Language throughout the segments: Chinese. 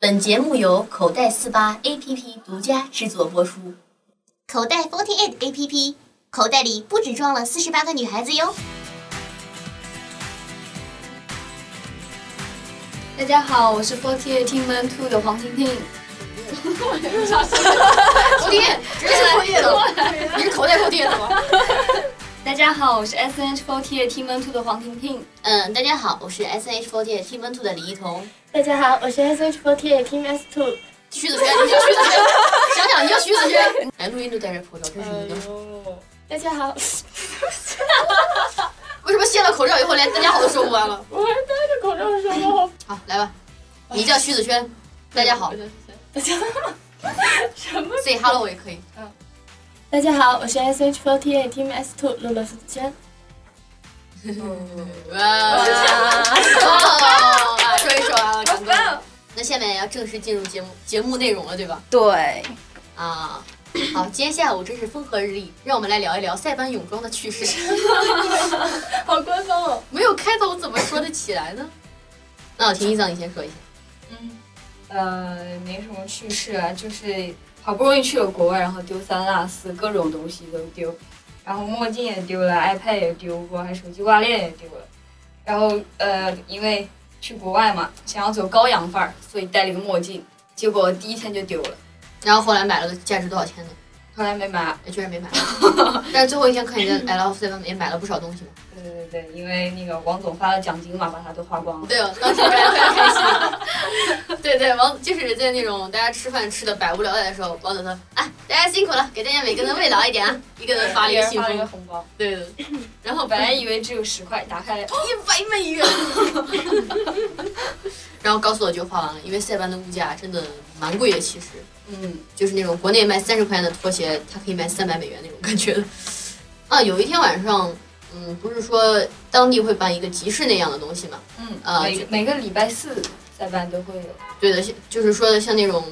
本节目由口袋四八 APP 独家制作播出。口袋 Forty Eight APP，口袋里不止装了四十八个女孩子哟。大家好，我是 Forty Eight Team Man Two 的黄婷婷。头贴，直接是头贴的，你是口袋头贴的吗？大家好，我是 S N H Forty Eight Team Man Two 的黄婷婷。嗯，大家好，我是 SH48 Team N Two 的李一彤。大家好，我是 SH48 Team S Two。徐子轩，你叫徐子轩，想想你叫徐子轩。哎，录音都戴着口罩，真是你哎的。大家好，为什么卸了口罩以后连大家好都说不完了？我还戴着口罩说话。好，来吧，你叫徐子轩，哎大家好大家好，什么？ ，say hello 也可以。大家好，我是 SH48 Team S Two 露露苏子轩。哎哇，说一说啊，感动。那下面要正式进入节目节目内容了，对吧？对，啊，好，今天下午真是风和日丽，让我们来聊一聊塞班泳装的趣事。 好官方哦。没有开头怎么说得起来呢？那我听一藏，你先说一下。嗯，呃，没什么趣事啊，就是好不容易去了国外，然后丢三落四，各种东西都丢，然后墨镜也丢了，iPad 也丢过，还手机挂链也丢了，然后呃，因为去国外嘛，想要走高洋范儿，所以戴了一个墨镜，结果第一天就丢了，然后后来买了个价值多少钱的，哎后来没买。也居然没买。但是最后一天看你在 L Seven 也买了不少东西嘛。对对对，对，因为那个王总发了奖金嘛，把它都花光了。对哦，当时大家非常开心。 对对，王就是在那种大家吃饭吃的百无聊赖的时候，王总说：“啊，大家辛苦了，给大家每个人慰劳一点啊。”一个人发了一个信哎发了一个封，红包，对的。然后我本来以为只有十块，打开来哦一百美元。然后告诉我就花完了，因为塞班的物价真的蛮贵的，其实嗯，就是那种国内卖三十块钱的拖鞋，它可以卖三百美元那种感觉的。啊，有一天晚上，嗯，不是说当地会办一个集市那样的东西嘛？嗯，呃每就每个礼拜四塞班都会有。对的，像就是说的像那种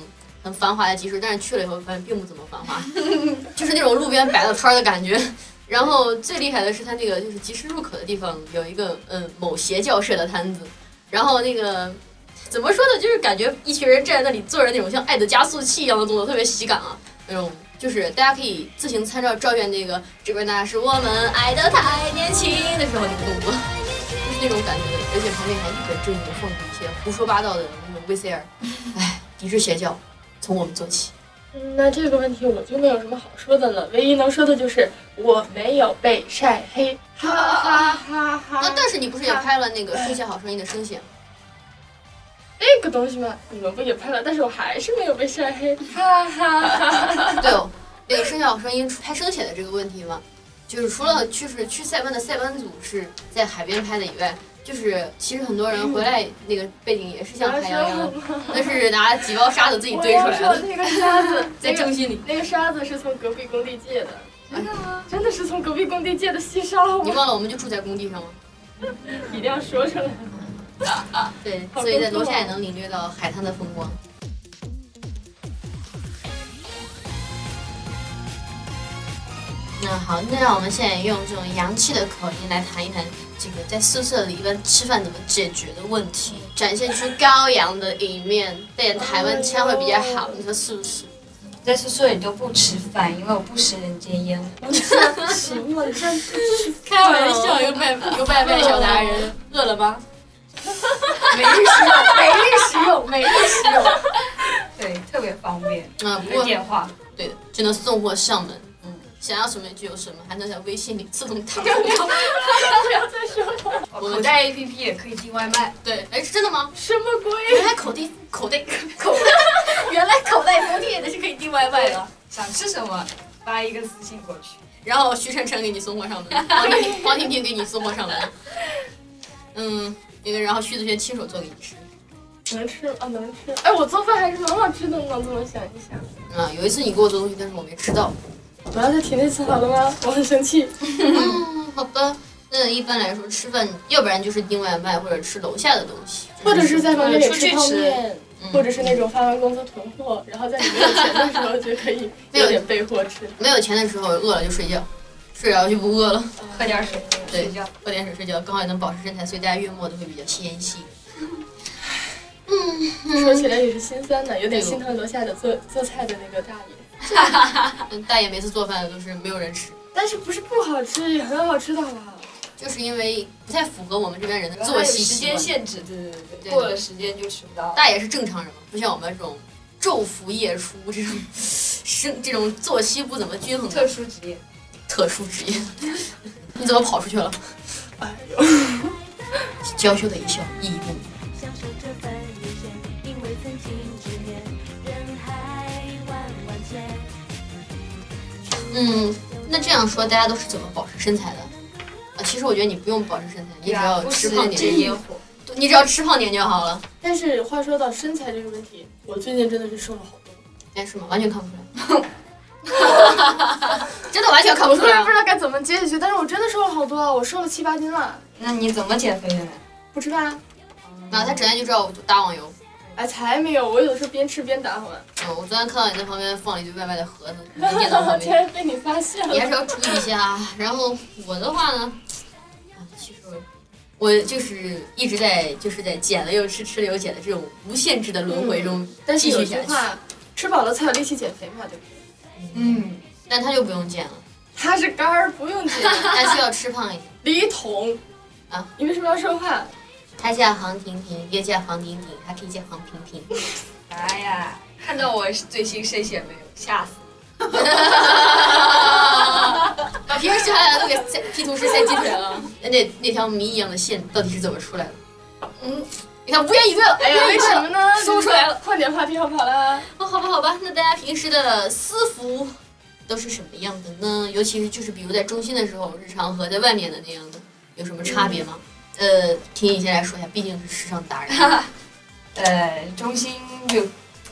很繁华的集市，但是去了以后发现并不怎么繁华，就是那种路边摆了摊儿的感觉。然后最厉害的是它那个就是集市入口的地方有一个嗯某邪教设的摊子，然后那个怎么说呢，就是感觉一群人站在那里做着那种像爱的加速器一样的动作，特别喜感啊那种。就是大家可以自行参照赵院那个“这边那是我们爱的太年轻”的时候那个动作，就是那种感觉，而且旁边还一本正经的放着一些胡说八道的那种 VCR，哎， 抵制邪教，从我们做起。嗯那这个问题我就没有什么好说的了，唯一能说的就是我没有被晒黑，哈哈哈那、哈。但是你不是也拍了那个《声线好声音》的声线吗？那个东西嘛，你们不也拍了？但是我还是没有被晒黑，哈哈哈哈。 对哦，那个《声线好声音》拍声写的这个问题嘛，就是除了就是去塞班的塞班组是在海边拍的以外，就是其实很多人回来那个背景也是像海洋一样，那是拿几包沙子自己堆出来我要的，说那个沙子，在那个正心里。 那个沙子是从隔壁工地借的。真的吗？真的是从隔壁工地借的细沙，你我忘了我们就住在工地上吗？一定要说出来。对，好所以在工作楼下啊也能领略到海滩的风光。那好，那让我们现在用这种洋气的口音来谈一谈这个在宿舍里一般吃饭怎么解决的问题，展现出高洋的一面，带点台湾腔会比较好，你说是不是？在宿舍里都不吃饭，因为我不食人间烟火。行了，真开玩笑，又卖又卖卖小达人，饿了吗？每日食用， 每日食用，每日食用。 对，特别方便。嗯，不有过电话，对的，就能送货上门。嗯，想要什么就有什么，还能在微信里自动打 包。口袋 APP 也可以订外卖。对，哎，是真的吗？什么鬼？原来口袋口袋口袋，原来口袋封贴的是可以订外卖的。想吃什么，发一个私信过去。然后徐晨晨给你送货上门，黄婷婷黄婷婷给你送货上门。嗯，那个，然后徐子轩亲手做给你吃。能吃吗？啊，能吃。哎，我做饭还是蛮好吃的呢，这么想一想。啊，有一次你给我做东西，但是我没吃到。不要再提那次好了吗？我很生气。嗯，好吧。那一般来说，吃饭要不然就是订外卖，或者吃楼下的东西。或者是在房间里出去吃泡吃面，嗯或者是那种发完工资囤货，然后在你没有钱的时候就可以没有有点备货 吃。没有钱的时候，饿了就睡觉，睡着就不饿了。喝点水，嗯对睡觉。喝点水睡觉，刚好也能保持身材，所以大家月末都会比较纤细。说起来也是心酸的，有点心疼楼下的做做菜的那个大爷。嗯大爷每次做饭都是没有人吃，但是不是不好吃，也很好吃的好不好？就是因为不太符合我们这边人的然后作还有息时习间惯。限制，对对对对对，过了时间就吃不到。大爷是正常人嘛，不像我们这种昼伏夜出这种生这种作息不怎么均衡的特殊职业，特殊职业。你怎么跑出去了？哎呦， 娇羞的一笑，意义不明。享受这份悠闲，因为曾经执念，人海万万千。嗯，那这样说，大家都是怎么保持身材的？啊，其实我觉得你不用保持身材，你只要啊不吃食胖这点，烟火。对你只要吃胖点就好了。但是话说到身材这个问题，我最近真的是瘦了好多。哎，是吗？完全看不出来， 真的完全看不我出突然来啊不。知道该怎么接下去，但是我真的瘦了好多啊，我瘦了七八斤了。那你怎么减肥的呢？不吃饭啊？那他整天就知道我打网游。哎，才没有，我有的时候边吃边打好吗？嗯，我昨天看到你在旁边放了一堆外卖的盒子，你也在旁竟 边，然被你发现你还了。是要注意一下啊。然后我的话呢，啊，其实我我就是一直在就是在减了又吃，吃了又减的这种无限制的轮回中嗯但是继有续句下去。话，吃饱了才有力气减肥嘛，对不对？嗯，但他就不用减了，他是肝儿，不用减。他需要吃胖一点。李彤啊，你为什么要说话？他叫黄婷婷，又叫黄婷婷，还可以叫黄婷婷。哎呀，看到我最新筛选没有？吓死！把啊平时下来的都给塞 P 图师塞鸡腿了。那那那条谜一样的线到底是怎么出来的？嗯，你看无言以对了。哎呀，为什么呢？说出来了。换点话题好不好啦？哦，好吧，好吧，那大家平时的私服都是什么样的呢？尤其是就是比如在中心的时候，日常和在外面的那样的有什么差别吗？呃，婷你先来说一下，毕竟是时尚达人。 呃，中心就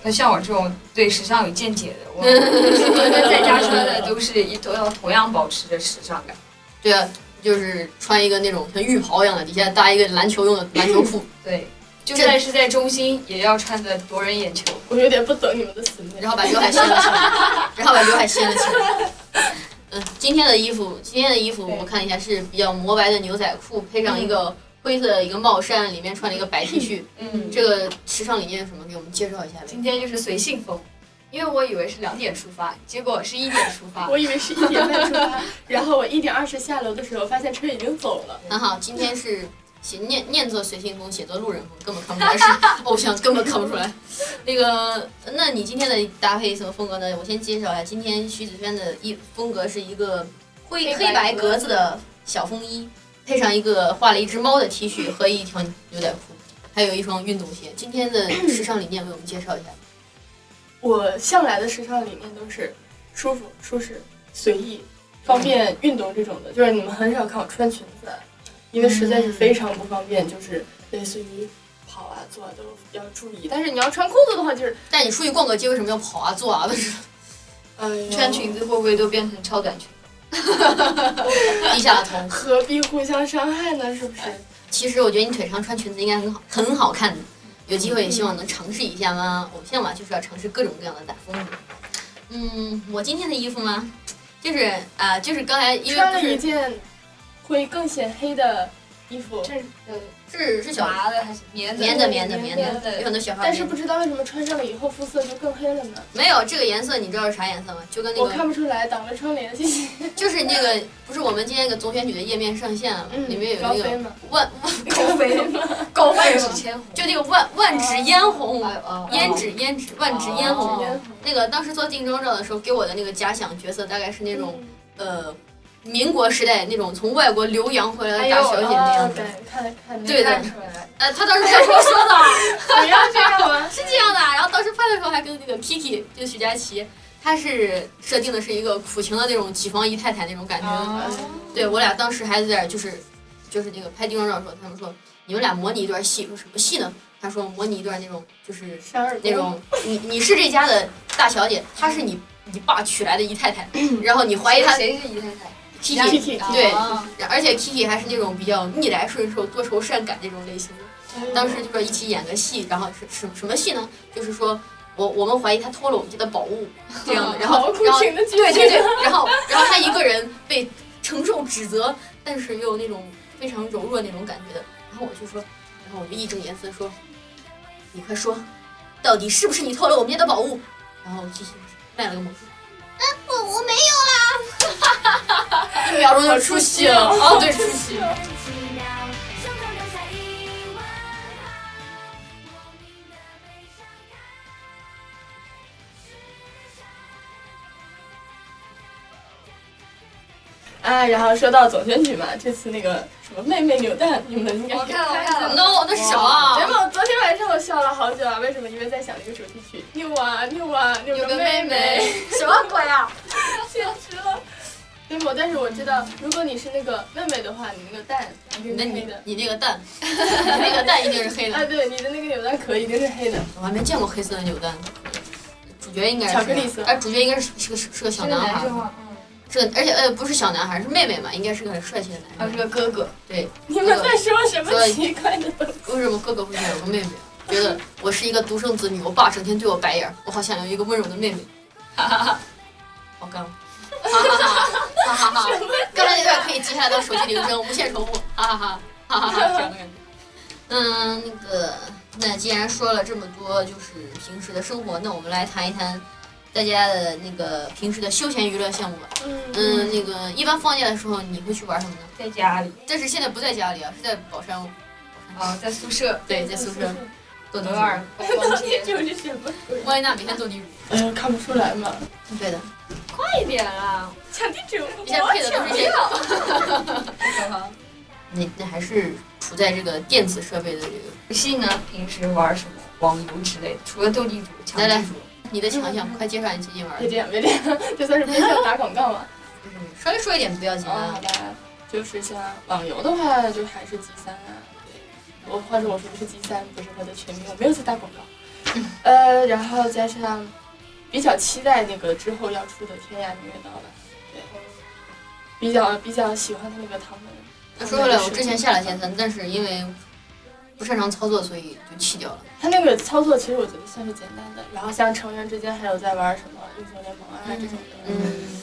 呃像我这种对时尚有见解的， 我我们在家穿的都是一都要同样保持着时尚感。对啊，就是穿一个那种像浴袍一样的，底下搭一个篮球用的篮球裤，对，就这算是在中心，也要穿的夺人眼球。我有点不懂你们的审美。然后把刘海掀了起来，然后把刘海掀了起来。嗯，今天的衣服，今天的衣服对我看一下是比较磨白的牛仔裤，配上一个灰色的一个帽衫，里面穿了一个白 T 恤。嗯，这个时尚理念是什么？给我们介绍一下呗。今天就是随性风，因为我以为是两点出发，结果是一点出发。我以为是一点半出发，然后我一点二十下楼的时候，发现车已经走了。很好，今天是写念念作随性风，写作路人风，根本看不出来是偶像，根本看不出来。那个，那你今天的搭配什么风格呢？我先介绍一下，今天徐子轩的衣风格是一个灰黑黑白白格格子的小风衣，配上一个画了一只猫的 T 恤和一条牛仔裤，还有一双运动鞋。今天的时尚理念为我们介绍一下。我向来的时尚理念都是舒服、舒适、随意、方便运动这种的，就是你们很少看我穿裙子，啊因为实在嗯是非常不方便，就是类似于跑啊、坐啊都要注意。但是你要穿裤子的话，就是但你出去逛个街，为什么要跑啊、坐啊？为什么哎呃穿裙子会不会都变成超短裙？低下了头？何必互相伤害呢？是不是？哎其实我觉得你腿长穿裙子应该很好，很好看的。有机会也希望能尝试一下嘛，偶像嘛就是要尝试各种各样的打风格。嗯，我今天的衣服嘛，就是啊、就是刚才因为穿不了一是件会更显黑的衣服，这是呃是是小麻的还是棉的？棉的棉的棉棉的，有很多小花但是边不。知道为什么穿上了以后肤色就更黑了呢？没有这个颜色，你知道是啥颜色吗？就跟那我个看不出来，挡了窗帘，谢谢。就是那个不是我们今天那个总选举的页面上线了吗，里面有嗯高那飞个嘛，万 高飞，高飞是千红，就那个万万哦纸嫣红，啊胭脂胭脂万纸嫣红。烟红那个当时做定妆照的时候，给我的那个假想角色大概是那种。呃，民国时代那种从外国留洋回哎来的大小姐那哦样的。哦对，看看对的看出来 了。呃，她当时还跟我说的，不要这样吗？是这样的。然后当时拍的时候还跟那个 Kiki，就是徐佳琪，她是设定的是一个苦情的那种几房姨太太那种感觉。哦哦啊对我俩当时还在就是，就是那个拍定妆照的时候，他们说你们俩模拟一段戏，说什么戏呢？他说模拟一段那种就是扇耳那种哦你你是这家的大小姐，她是你你爸娶来的姨太太，然后你怀疑她谁嗯是姨太太？ Kiki 对啊而且 Kiki 还是那种比较逆来顺受、多愁善感那种类型的。哦当时就说一起演个戏，然后是什什么戏呢？就是说我我们怀疑他偷了我们家的宝物这样 的，然后好苦然后情的剧情，对对对，然后然后他一个人被承受指责，但是又有那种非常柔弱那种感觉的。然后我就说，然后我就义正言辞地说，你快说，到底是不是你偷了我们家的宝物？”然后继续卖了个萌。我我没一秒钟就出戏了，哦，对，出戏。奇妙，胸口留下一万行，莫名的悲伤感。啊，然后说到总选举嘛，这次那个什么妹妹扭蛋，你们应该我也看了我看了 No，那是什么？啊结果昨天晚上我笑了好久啊，为什么？因为在想这个主题曲，扭啊扭啊扭有个个妹妹妹，妹，什么鬼啊？简直了。对吗？但是我知道，如果你是那个妹妹的话，你那个蛋一定那是黑你的。你那个蛋，你那个蛋一定是黑啊，的。对，你的那个扭蛋壳一定是黑的。我还没见过黑色的扭蛋。主角应该是巧克力色哎，主角应该是是个是是个小这个男男孩生，吗？嗯，是个而且呃不是小男孩，是妹妹嘛，应该是个很帅气的男啊，生。是个哥哥，对，你们在说什么奇怪的东西？为什么哥哥会想有个妹妹啊？觉得我是一个独生子女，我爸整天对我白眼儿，我好想要一个温柔的妹妹。哈哈哈，好干，哈哈哈，哈哈哈。刚才那段可以记下来当手机铃声，无限重复，哈哈哈，哈哈哈，这 样的感觉。嗯，那个，那既然说了这么多，就是平时的生活，那我们来谈一谈大家的那个平时的休闲娱乐项目吧。嗯，嗯，那个一般放假的时候你会去玩什么呢？在家里但是现在不在家里啊，是在宝山屋，啊，在宿舍对，哦在宿舍走躲走牛二二，逛逛街， 这是什么鬼？莫耶娜每天斗地主。哎呀，看不出来嘛。对的，快点啦！抢地主，你现在配的都是这个。好吧那那还是处在这个电子设备的这个。游戏呢？平时玩什么？网游之类的，除了斗地主、抢来来地主，你的强项，快介绍你最近玩别的。这样，别 这样，这算是偏向打 广告嘛。稍微说一点不要紧哦，好啊。吧，就是像网游的话，就还是 G 三啊。对，我话说我说的是 G 三，不是它的全名，我没有在打广告。嗯呃，然后加上比较期待那个之后要出的《天涯明月刀》了。对，比较比较喜欢它那个唐门，那说回来，我之前下了剑三，但是因为不擅长操作，所以就弃掉了。它那个操作其实我觉得算是简单的。然后像成员之间还有在玩什么英雄联盟啊这种的。嗯，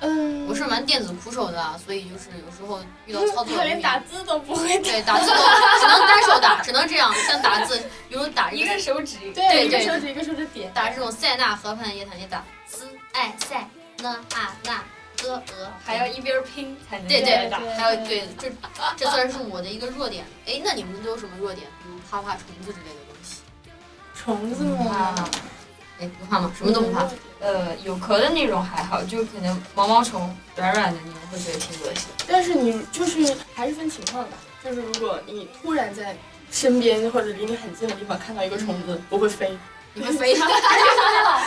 嗯我是玩电子苦手的啊，所以就是有时候遇到操 作他连打字都不会打。对打字都只能单手打，只能这样，像打字，比如打一个手指一个。对，对一个对手指一个手指点打这种塞纳河畔夜谈也打斯哎艾塞呢啊那呃呃，还要一边拼才能对这样对打。还有对，这这算是我的一个弱点。哎，那你们都有什么弱点？比如怕不怕虫子之类的东西？虫子嘛，啊，哎，不怕吗？什么都不怕。呃，有壳的那种还好，就可能毛毛虫软软的，你们会觉得挺恶心。但是你就是还是分情况吧，就是如果你突然在身边或者离你很近的地方看到一个虫嗯子，我会飞，你会飞？ 飞了。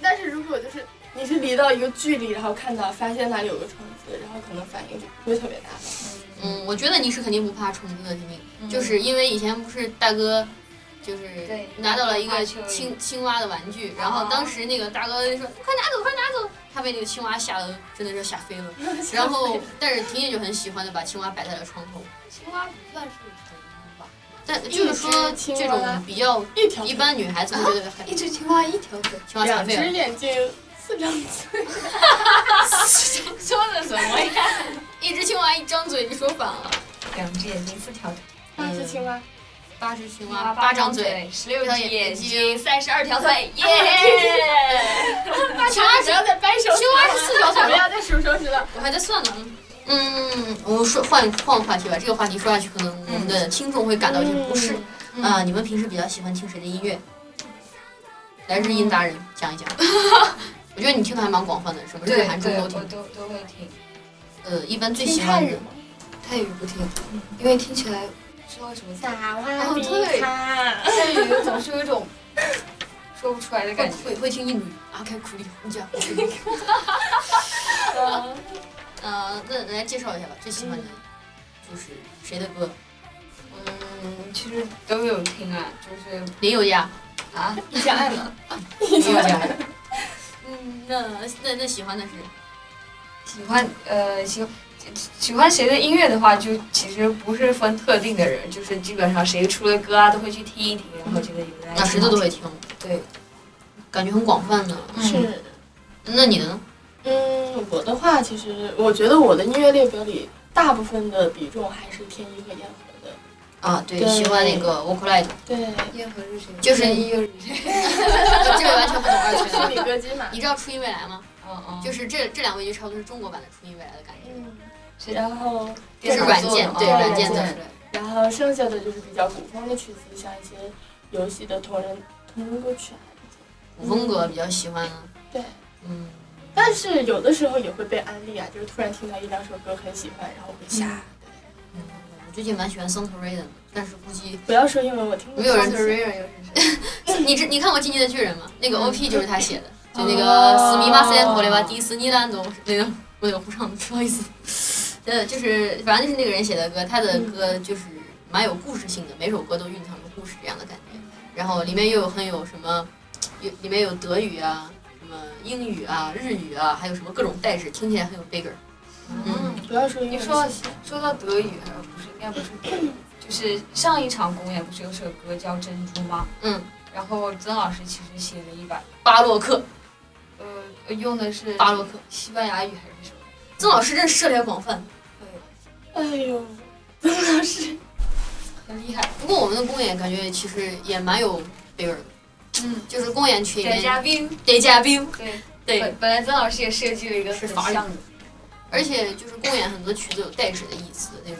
但是如果就是你是离到一个距离，然后看到发现哪里有个虫子，然后可能反应就不会特别大吧。嗯，我觉得你是肯定不怕虫子的，肯定、嗯就是因为以前不是大哥。就是对拿到了一拿个球青青蛙的玩具，然后啊当时那个大哥就说：“快拿走，快拿走！”他被那个青蛙吓得真的是吓飞 了。 然后，但是婷姐就很喜欢的把青蛙摆在了床头。青蛙不算是虫子吧？但就是说，一只青蛙这种比较一条一般女孩子会觉得很一只青蛙一条腿，啊 青蛙吓两飞只了，眼睛，四张嘴，说的什么呀？一只青蛙一张嘴，你说反了。两只眼睛四条腿，八嗯只青蛙。八只青青蛙蛙八啊八张张嘴，嘴，十六条条眼眼睛睛，三十二条 腿，耶！青蛙不是要再掰手指青蛙是 四条腿 了，吗？不要再数手指 了。我还在算呢。嗯，我说换换个话题吧，这个话题说下去，可能我们的听众会感到一些不适啊、嗯你们平时比较喜欢听谁的音乐？来，日音达人讲 一讲。我觉得你听的还蛮广泛的，什么日对韩中对，都我听。都都会听。呃，一般最喜欢的，泰语不听，因为听起来不知道什么字。有哦啦。对，泰语总是有一 种说不出来的感会觉。会会听印度语。阿开苦力红家。 嗯呃，那来介绍一下吧，最嗯喜欢的就是谁的歌？嗯，其实都有听啊，就是林宥嘉。啊，你想爱吗？没有家人。 嗯，那那那喜欢的是，喜欢呃喜欢喜欢谁的音乐的话，就其实不是分特定的人，就是基本上谁出的歌啊都会去听一听，然后觉得有的还那啊谁的都会听，对，感觉很广泛呢。嗯是。那你的呢？嗯，我的话，其实我觉得我的音乐列表里大部分的比重还是天一和烟火的啊，对，对喜欢那个 w o l k l i g h 对，烟和是谁？就是烟又是谁？ t 这个完全不懂嗯二泉。虚拟歌姬嘛。你知道初音未来吗？哦哦，就是这这两位就差不多是中国版的初音未来的感觉，嗯，然后这是软件，对哦软件做软件出来的。然后剩下的就是比较古风的曲子，像一些游戏的同人同人歌曲啊。古风格比较喜欢。对，嗯，但是有的时候也会被安利啊，就是突然听到一两首歌很喜欢，然后会下。我最近蛮喜欢 Santa Raiden 的，但是估计不要说英文，我听不没有人 Santa 知 Rara 又是谁。 你知你看过《进击的巨人》吗？那个 OP 就是他写的，就那个哦斯密马森国雷吧，迪斯尼兰总那个我有不上，不好意思。呃，就是反正就是那个人写的歌，他的歌就是蛮有故事性的，每首歌都蕴藏着故事这样的感觉。然后里面又有很有什么，有里面有德语啊，什么英语啊、日语啊，还有什么各种代指，听起来很有 bigger。嗯，不要说英啊文。你说说到德语，呃，不是，应该不是德语，就是上一场公演不是有首歌叫《珍珠》吗？嗯，然后曾老师其实写了一版，巴洛克，呃，用的是巴洛克，西班牙语还是什么？曾老师真是涉猎广泛。哎呦，很厉害，不过我们的公演感觉其实也蛮有 bigger 的，嗯，就是公演群里点面嘉宾，得嘉宾，对对本本来曾老师也设计了一个是很法语像的，而且就是公演很多曲子有代指的意思那种，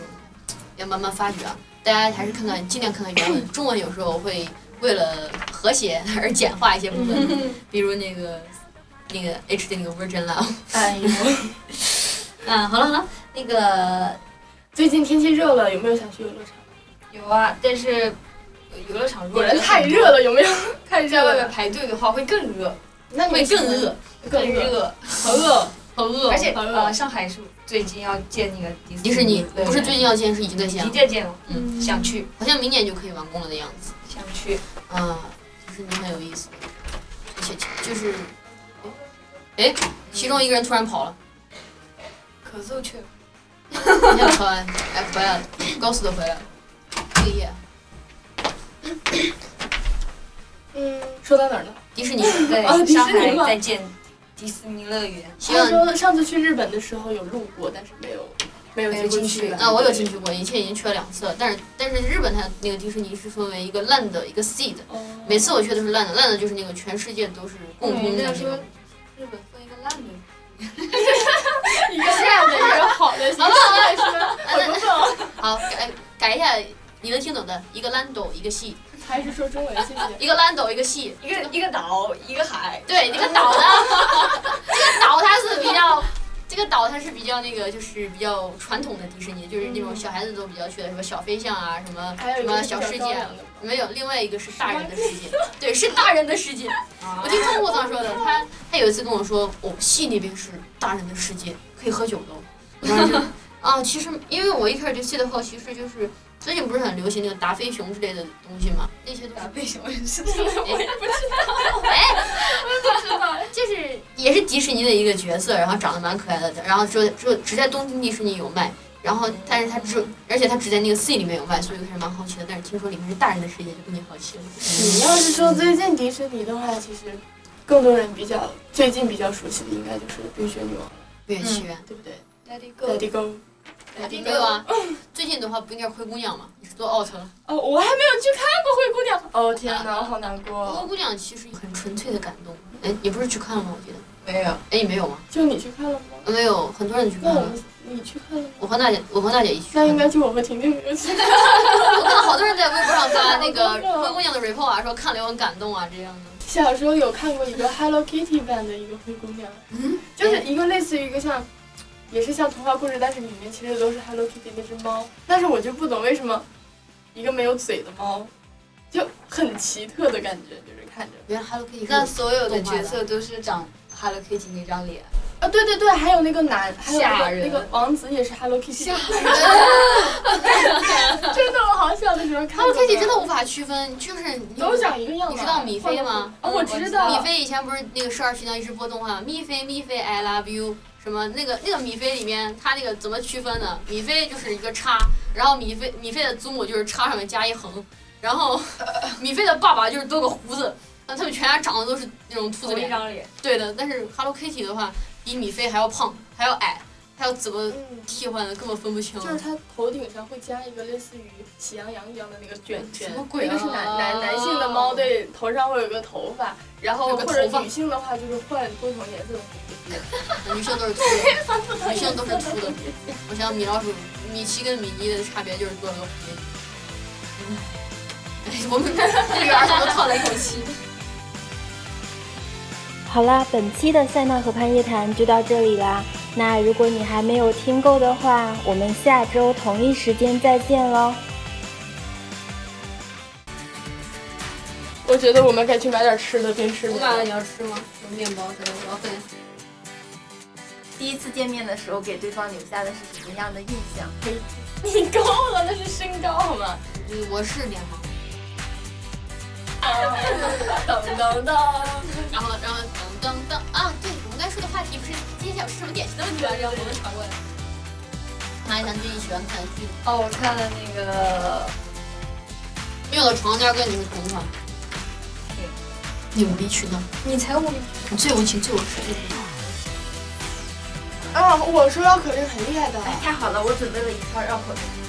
要慢慢发掘啊。大家还是看看，尽量看看原文。中文有时候会为了和谐 而简化一些部分，比如那个那个 H 的那个 Virgin Love。哎呦，嗯，好了好了，那个最近天气热了，有没有想去游乐场？有啊，但是呃游乐场如果果然人太很热了，有没有？多，看在外面排队的话会更热，那你会喜更欢饿，更热，热，好饿。好饿而且好热呃，上海是最近要建那个迪迪士尼对不是最近要建，是已经在已建经了，在建了，嗯想去好像明年就可以完工了的样子。想去，啊，就是你很有意思，而且就是，哎，其中一个人突然跑了。咳嗽去了。你想穿？哎，回来了，高速的回来了，毕业。嗯，说到哪儿呢？迪士尼，对，哦迪士尼上海吗在建迪士尼乐园，希他望说上次去日本的时候有路过，但是没有没有没有机会进去去。啊，我有进去过，以前已经去了两次了。但是但是日本它那个迪士尼是分为一个烂的，一个 C 的。哦。每次我去的都是烂的，烂的就是那个全世界都是共通的那嗯那种说。日本分一个烂的，一个烂的，一个好的，好了好了，好过分哦！好，改改一下，你能听懂的，一个烂斗，一个系，还是说中文，谢谢。一个烂斗，一个系。一个一个岛，一个海，对，这个岛呢， 这个岛它是比较，这个岛它是比较那个，就是比较传统的迪士尼，就是那种小孩子都比较去的，什么小飞象啊，什么还有什一个么是小世高界啊粱的，没有，另外一个是大人的世界，对，是大人的世界。我听通过这么说的，他他有一次跟我说，哦，戏那边是大人的世界，可以喝酒的哦。然后就啊，其实因为我一开始对戏的好奇是就是。最近不是很流行那个达菲熊之类的东西吗？那些都是为什么是？就是也是迪士尼的一个角色，然后长得蛮可爱的，然后只有只有只在东京迪士尼有卖，然后但是它只有而且它只在那个 C 里面有卖，所以我还是蛮好奇的。但是听说里面是大人的世界，就更加好奇了。嗯你要是说最近迪士尼的话，其实更多人比较最近比较熟悉的应该就是《冰雪女王》，月奇缘，对不对？ Let it 《 go， Daddy Go》。没有啊。最近的话不应该是灰姑娘吗？你是多 out 了。哦，我还没有去看过《灰姑娘》。哦天哪，好难灰过。哦姑娘其实很纯粹的感动。哎，你不是去看了吗？我记得。没有，哎，你没有吗？呃就你去看了吗？没有，很多人去那看我了。们你去看了吗？我和娜姐，我和娜姐一起去看那的。应该就我和婷婷没有去。我看到好多人在微博上发那好个多人灰姑娘的 report 啊，说看了有很感动啊，这样的。 小时候有看过一个 Hello Kitty 版的一个灰姑娘，就是一个类似于一个像，也是像童话故事，但是里面其实都是 Hello Kitty 那只猫，但是我就不懂为什么一个没有嘴的猫，就很奇特的感觉，就是看着原来 Hello Kitty 那是所有的动画的角色都是长 Hello Kitty 那张脸，啊，对对对，还有那个男，还有那吓个人那个王子也是 Hello Kitty，真的，我好小的时候看 Hello 过 Kitty 真的无法区分，就是你都长一个样子。你知道米菲吗？啊，我知道。米菲以前不是那个十二频道一直播动画吗？米菲米菲 I love you 什么那个那个米菲里面，它那个怎么区分呢？米菲就是一个叉，然后米菲米菲的字母就是叉上面加一横，然后米菲的爸爸就是多个胡子，那他们全家长得都是那种兔子同一脸。张脸，对的，但是 Hello Kitty 的话比米菲还要胖，还要矮，还有怎么嗯，替换的根本分不清。就是它头顶上会加一个类似于喜羊羊一样的那个卷卷什么鬼、啊那个是男男男性的猫，对，头上会有个头发，然后哦有个或者头发女性的话就是换不同颜色的蝴蝶结。女生都是秃的， 女生都是秃的。我想米老鼠、米奇跟米妮的差别就是多了个蝴蝶嗯结。哎，我们这个儿童都叹了一口气。好啦，本期的塞纳河畔夜谈就到这里啦。那如果你还没有听够的话，我们下周同一时间再见喽。我觉得我们该去买点吃的，边吃我边买了，你要吃吗？有面包在这儿，我要分。第一次见面的时候给对方留下的是什么样的印象？你够了，那是身高 好吗？嗯我是脸盲。等等等，然后，然后噔噔噔啊！对，我们刚才说的话题不是接下来是什么典型的问题吗？然后我们传过来。阿翔最近喜欢看的剧，哦，我看了那个，因为我的床单跟你是同床。你无理取闹，你才五你最无情，最无耻。啊，我说绕口令很厉害的，哎，太好了，我准备了一套绕口令。